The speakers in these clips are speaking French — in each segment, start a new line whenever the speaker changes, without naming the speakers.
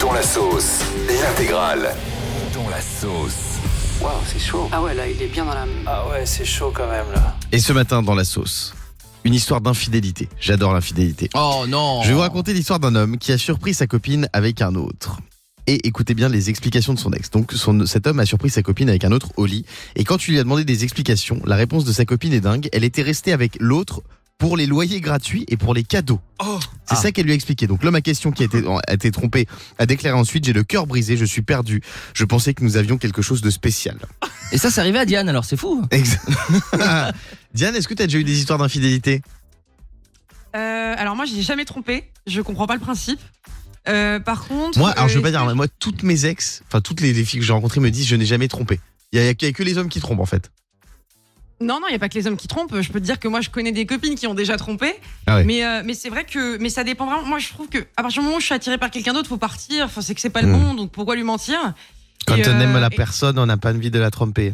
Dont la sauce, l'intégrale.
Dont la sauce.
Waouh, c'est chaud.
Ah ouais, là, il est bien dans la.
Ah ouais, c'est chaud quand même là.
Et ce matin, dans la sauce, une histoire d'infidélité. J'adore l'infidélité.
Oh non.
Je vais vous raconter l'histoire d'un homme qui a surpris sa copine avec un autre. Et écoutez bien les explications de son ex. Donc son- cet homme a surpris sa copine avec un autre au lit. Et quand tu lui as demandé des explications, la réponse de sa copine est dingue. Elle était restée avec l'autre pour les loyers gratuits et pour les cadeaux.
Oh.
C'est
Ah.
ça qu'elle lui a expliqué. Donc l'homme à question qui a été, a été trompé a déclaré ensuite j'ai le cœur brisé, je suis perdu. Je pensais que nous avions quelque chose de spécial.
Et ça, c'est arrivé à Diane, alors c'est fou.
Ex- Diane, est-ce que tu as déjà eu des histoires d'infidélité
Euh, alors moi, je n'ai jamais trompé. Je comprends pas le principe. Euh, par contre,
Moi, alors je veux
euh,
pas dire, mais moi, toutes mes ex, enfin toutes les, les filles que j'ai rencontrées me disent je n'ai jamais trompé. Il y, a- il y a que- il y a que les hommes qui trompent en fait.
Non, non, il n'y a pas que les hommes qui trompent. Je peux te dire que moi, je connais des copines qui ont déjà trompé.
Ah ouais.
Mais, euh, mais c'est vrai que mais ça dépend vraiment. Moi, je trouve que à partir du moment où je suis attirée par quelqu'un d'autre, faut partir. Enfin, c'est que c'est pas le
Mm.
bon, donc pourquoi lui mentir
Quand
Et,
on aime
euh,
la
et-
personne, on n'a pas envie de la tromper.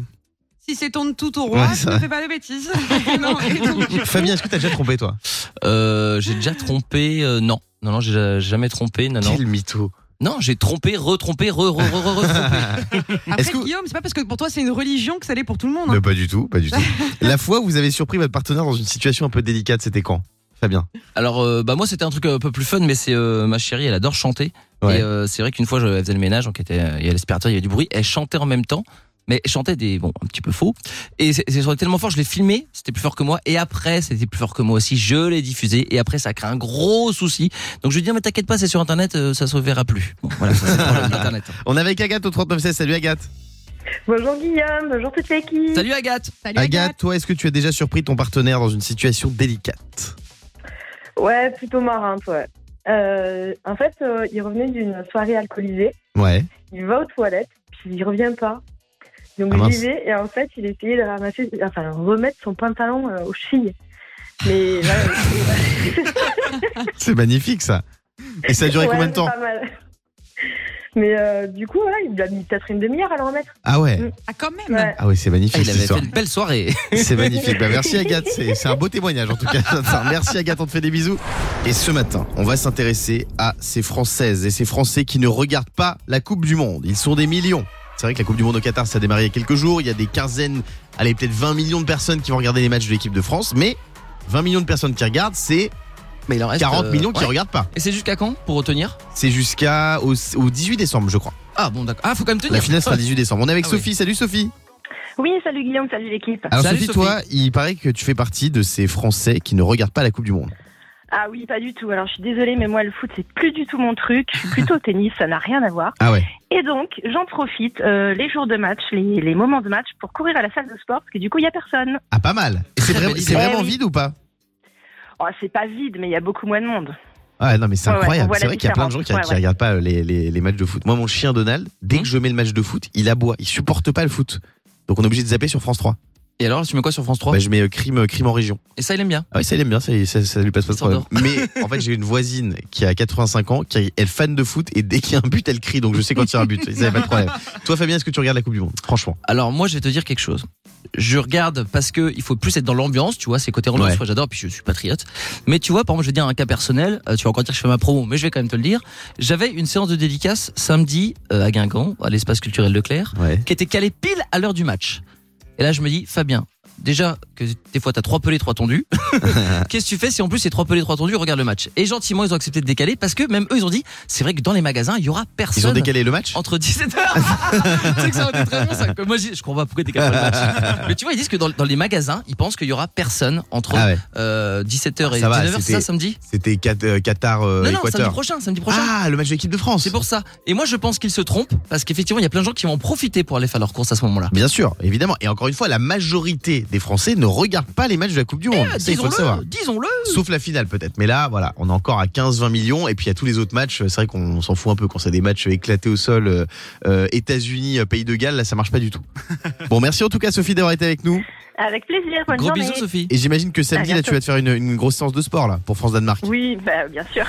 Si c'est tourne tout au roi,
Ouais,
je
ça-
ne fais pas de bêtises. non, et donc,
Fabien, est-ce que t'as déjà trompé toi
Euh, j'ai déjà trompé. euh, non, non, non, j'ai jamais trompé. Non, non.
Quel mytho.
Non, j'ai trompé, retrompé, re, re, re, re, retrompé.
après,
Est-ce que-
Guillaume, c'est pas parce que pour toi c'est une religion que ça l'est pour tout le monde. hein.
Mais pas du tout, pas du tout. la fois où vous avez surpris votre partenaire dans une situation un peu délicate, c'était quand Fabien.
Alors, euh, bah moi, c'était un truc un peu plus fun, mais c'est euh, ma chérie, elle adore chanter.
Ouais.
Et euh, c'est vrai qu'une fois, je, elle faisait le ménage, donc elle était, il y a l'aspirateur, il y avait du bruit. Elle chantait en même temps, mais elle chantait des, bon, un petit peu faux. Et c'est c'est sorti tellement fort, je l'ai filmé, c'était plus fort que moi. Et après, c'était plus fort que moi aussi, je l'ai diffusé. Et après, ça a créé un gros souci. Donc je lui ai dit, mais t'inquiète pas, c'est sur Internet, euh, ça se verra plus. Bon, voilà, ça c'est le problème d'Internet.
On est avec Agathe au 3916. Salut Agathe.
Bonjour Guillaume, bonjour toute l'équipe.
Salut Agathe
Salut,
Agathe, toi, est-ce que tu as déjà surpris ton partenaire dans une situation délicate
Ouais, plutôt marin, toi. Euh, en fait, euh, il revenait d'une soirée alcoolisée.
Ouais.
Il va aux toilettes, puis il revient pas. Donc
Ah, mince.
j'y vais, et en fait, il essayait de ramasser, enfin, remettre son pantalon euh, aux chevilles. Mais là,
C'est magnifique ça. Et ça a duré
ouais,
combien de
c'est
temps
pas mal. Mais euh, du coup, voilà, il a mis peut-être une demi-heure à le remettre.
Ah ouais.
Ah quand même.
Ouais.
Ah oui, c'est magnifique
Ah, Il
cette
avait fait
histoire.
une belle soirée.
C'est magnifique. Bah, merci Agathe, c'est c'est un beau témoignage en tout cas. Merci Agathe, on te fait des bisous. Et ce matin, on va s'intéresser à ces Françaises et ces Français qui ne regardent pas la Coupe du Monde. Ils sont des millions. C'est vrai que la Coupe du Monde au Qatar, ça a démarré il y a quelques jours. Il y a des quinzaines, allez, peut-être 20 millions de personnes qui vont regarder les matchs de l'équipe de France. Mais 20 millions de personnes qui regardent, Ah, c'est
Mais il en reste
40
euh,
millions qui
ouais.
regardent pas.
Et c'est jusqu'à quand pour retenir
C'est jusqu'à au, au 18 décembre, je crois.
Ah bon, d'accord. Ah, faut quand même tenir.
La finale sera le 18 décembre. On est avec
Ah oui.
Sophie. Salut Sophie.
Oui, salut Guillaume, salut l'équipe.
Alors
Salut,
Sophie, toi, il paraît que tu fais partie de ces Français qui ne regardent pas la Coupe du Monde.
Ah oui, pas du tout. Alors, je suis désolée, mais moi, le foot, c'est plus du tout mon truc. Je suis plutôt au tennis, ça n'a rien à voir.
Ah ouais.
Et donc, j'en profite euh, les jours de match, les, les moments de match, pour courir à la salle de sport, parce que du coup, il n'y a personne.
Ah, pas mal. Et C'est
Très
vraiment,
belle
c'est
idée.
vraiment
Eh oui.
vide ou pas
Oh, c'est pas vide, mais il y a beaucoup moins de monde.
ah non mais c'est
Ouais, ouais,
incroyable,
on voit
c'est
la
vrai qu'il y a plein de gens
différence.
qui, qui
Ouais, Mmh. ouais.
regardent pas euh, les, les- les matchs de foot. Moi mon chien Donald, dès que je mets le match de foot, il aboie, il supporte pas le foot. Donc on est obligé de zapper sur France 3.
Et alors, tu mets quoi sur France 3
Bah, je mets euh, crime, euh, crime en région.
Et ça, il aime bien.
Ah oui ça il aime bien, ça, ça- ça lui passe pas de
Il s'endort.
problème. Mais en fait j'ai une voisine qui a 85 ans, qui est fan de foot et dès qu'il y a un but elle crie, donc je sais quand il y a un but, ça y a pas de problème. Toi Fabien est-ce que tu regardes la Coupe du Monde Franchement.
Alors moi, je vais te dire quelque chose. Je regarde parce que il faut plus être dans l'ambiance, tu vois, c'est côté ambiance,
Ouais.
moi j'adore, puis je suis patriote. Mais tu vois, par exemple, je vais dire un cas personnel, euh, tu vas encore dire que je fais ma promo, mais je vais quand même te le dire. J'avais une séance de dédicace samedi euh, à Guingamp, à l'espace culturel Leclerc,
Ouais.
qui était calée pile à l'heure du match. Et là, je me dis, Fabien, déjà que des fois t'as trois pelés, trois tondus, qu'est-ce que tu fais si en plus c'est trois pelés, trois tondus, regarde le match Et gentiment, ils ont accepté de décaler parce que même eux, ils ont dit, c'est vrai que dans les magasins, il y aura personne
Ils ont décalé le match
entre 17h. tu sais que ça aurait été très bon ça. Que Moi je, je comprends pas pourquoi t'es capable de match. Mais tu vois, ils disent que dans, dans les magasins, ils pensent qu'il y aura personne entre
Ah ouais,
euh, 17h et
Ça va,
19h, c'est ça
c'était-
samedi
c'était Cat- euh, Qatar euh,
Non, non, samedi
Équateur.
prochain, samedi prochain.
ah, le match de l'équipe de France.
C'est pour ça. Et moi je pense qu'ils se trompent parce qu'effectivement, il y a plein de gens qui vont en profiter pour aller faire leur course à ce moment-là.
Bien sûr, évidemment. Et encore une fois, la majorité des Français ne regardent pas les matchs de la Coupe du Monde.
Eh,
Ça, il faut le savoir.
Disons-le, disons-le.
Sauf la finale peut-être. Mais là, voilà, on est encore à 15-20 millions. Et puis à tous les autres matchs, c'est vrai qu'on s'en fout un peu quand c'est des matchs éclatés au sol. euh, euh, États-Unis, euh, Pays de Galles, là, ça marche pas du tout. bon, merci en tout cas Sophie d'avoir été avec nous.
Avec plaisir, bonne
Gros
journée.
bisous Sophie.
Et j'imagine que samedi,
À
là,
bientôt.
tu vas te faire une, une grosse séance de sport là pour France-Danemark.
Oui, bah, bien sûr.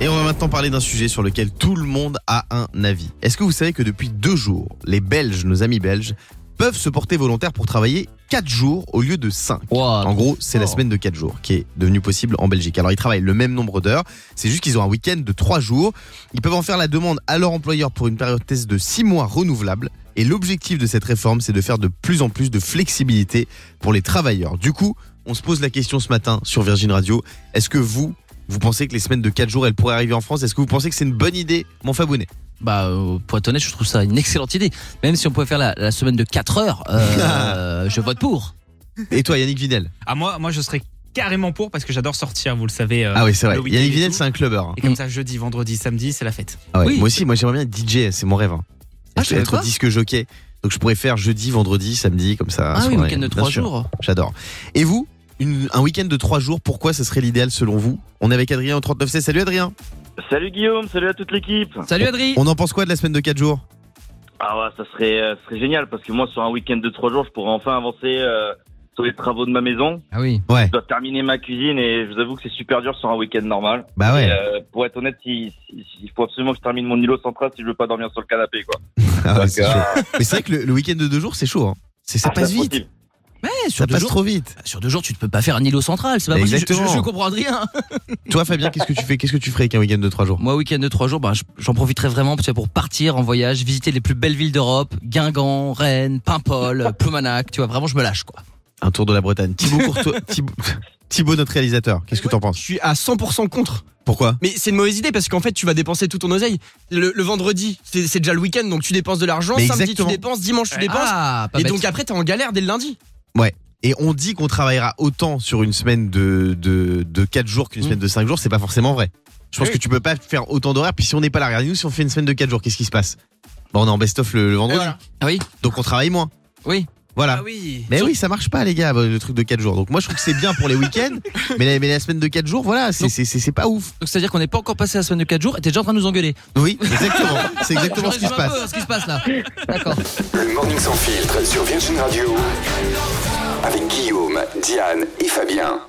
Et on va maintenant parler d'un sujet sur lequel tout le monde a un avis. Est-ce que vous savez que depuis deux jours, les Belges, nos amis belges, peuvent se porter volontaires pour travailler 4 jours au lieu de 5.
Ah
Ouah,
En gros, c'est la
Oh.
semaine de 4 jours qui est devenue possible en Belgique. Alors, ils travaillent le même nombre d'heures, c'est juste qu'ils ont un week-end de 3 jours. Ils peuvent en faire la demande à leur employeur pour une période test de 6 mois renouvelable. Et l'objectif de cette réforme, c'est de faire de plus en plus de flexibilité pour les travailleurs. Du coup, on se pose la question ce matin sur Virgin Radio, est-ce que vous, vous pensez que les semaines de 4 jours, elles pourraient arriver en France Est-ce que vous pensez que c'est une bonne idée, mon Fabonnet
Bah, euh, pour être honnête, je trouve ça une excellente idée. Même si on pouvait faire la, la semaine de 4 heures, euh, je vote pour.
Et toi, Yannick Vinel
Ah, moi, moi, je serais carrément pour parce que j'adore sortir, vous le savez. euh,
Ah oui, c'est vrai.
le week-end
Yannick
et
Vinel,
tout.
c'est un clubber. hein.
Et comme ça, jeudi, vendredi, samedi, c'est la fête.
Ah ouais,
Oui.
Moi aussi, moi j'aimerais bien être DJ, c'est mon rêve. hein.
Ah,
Être-
je savais
être
pas.
disque jockey. Donc je pourrais faire jeudi, vendredi, samedi, comme ça.
Ah oui,
soirée.
week-end de
Bien
3
sûr,
jours.
J'adore. Et vous Une- Un week-end de 3 jours, pourquoi ce serait l'idéal selon vous On est avec Adrien au 39C. Salut Adrien
Salut Guillaume, salut à toute l'équipe.
Salut Adri
On en pense quoi de la semaine de 4 jours
Ah ouais, ça serait, euh, ça serait génial parce que moi sur un week-end de trois jours, je pourrais enfin avancer euh, sur les travaux de ma maison.
Ah oui.
Ouais,
Je dois terminer ma cuisine et je vous avoue que c'est super dur sur un week-end normal.
bah
Et,
ouais.
euh, pour être honnête, il, il- il faut absolument que je termine mon îlot central si je veux pas dormir sur le canapé quoi.
Ah ouais,
Donc,
c'est
euh,
chaud. Mais c'est vrai que le, le week-end de 2 jours, c'est chaud. hein. C'est- Ça
ah,
passe
c'est
vite.
impossible.
Ouais, Eh, sur
Ça
deux,
passe
jours,
trop vite.
sur deux jours, tu ne peux pas faire un îlot central. C'est pas possible. Je-
Exactement.
Je, je comprends Adrien.
Toi, Fabien, qu'est-ce que tu fais Qu'est-ce que tu ferais avec un week-end de 3 jours
Moi, week-end de 3 jours, bah, je- j'en profiterai vraiment tu sais, pour partir en voyage, visiter les plus belles villes d'Europe Guingamp, Rennes, Paimpol, Ploumanac. Tu vois, vraiment, je me lâche quoi.
Un tour de la Bretagne. Thibaut Courtois. Thibaut, Thibaut, notre réalisateur, qu'est-ce que t'en
Je
penses
suis à 100% contre.
Pourquoi
Mais c'est une mauvaise idée parce qu'en fait, tu vas dépenser tout ton oseille. Le, le vendredi, c'est c'est déjà le week-end, donc tu dépenses de l'argent.
Mais
Samedi,
exactement.
tu dépenses. Dimanche, tu dépenses.
Ah, pas
et
bête.
donc après, t'es en galère dès le lundi.
Et on dit qu'on travaillera autant sur une semaine de, de, de 4 jours qu'une
Mm.
semaine de 5 jours, c'est pas forcément vrai. Je pense
Mmh. Oui.
que tu peux pas faire autant d'horaires. Puis si on n'est pas là, regardez-nous, si on fait une semaine de 4 jours, qu'est-ce qui se passe Bah, On est en best-of le, le vendredi.
voilà.
Ah oui.
Donc on travaille moins.
Oui.
Voilà.
oui.
Mais oui, ça marche pas, les gars, le truc de 4 jours. Donc moi, je trouve que c'est bien pour les week-ends, mais la, mais la semaine de 4 jours, voilà, c'est-
Donc-
c'est c'est- c'est pas ouf.
Donc c'est à dire qu'on n'est pas encore passé la semaine de 4 jours et t'es déjà en train de nous engueuler.
Oui, exactement. C'est exactement
Je
ce qui se
résume un
passe.
peu ce qui se passe là. D'accord.
Le Morning Sans Filtre sur Virgin Radio.
Avec Guillaume, Diane et Fabien.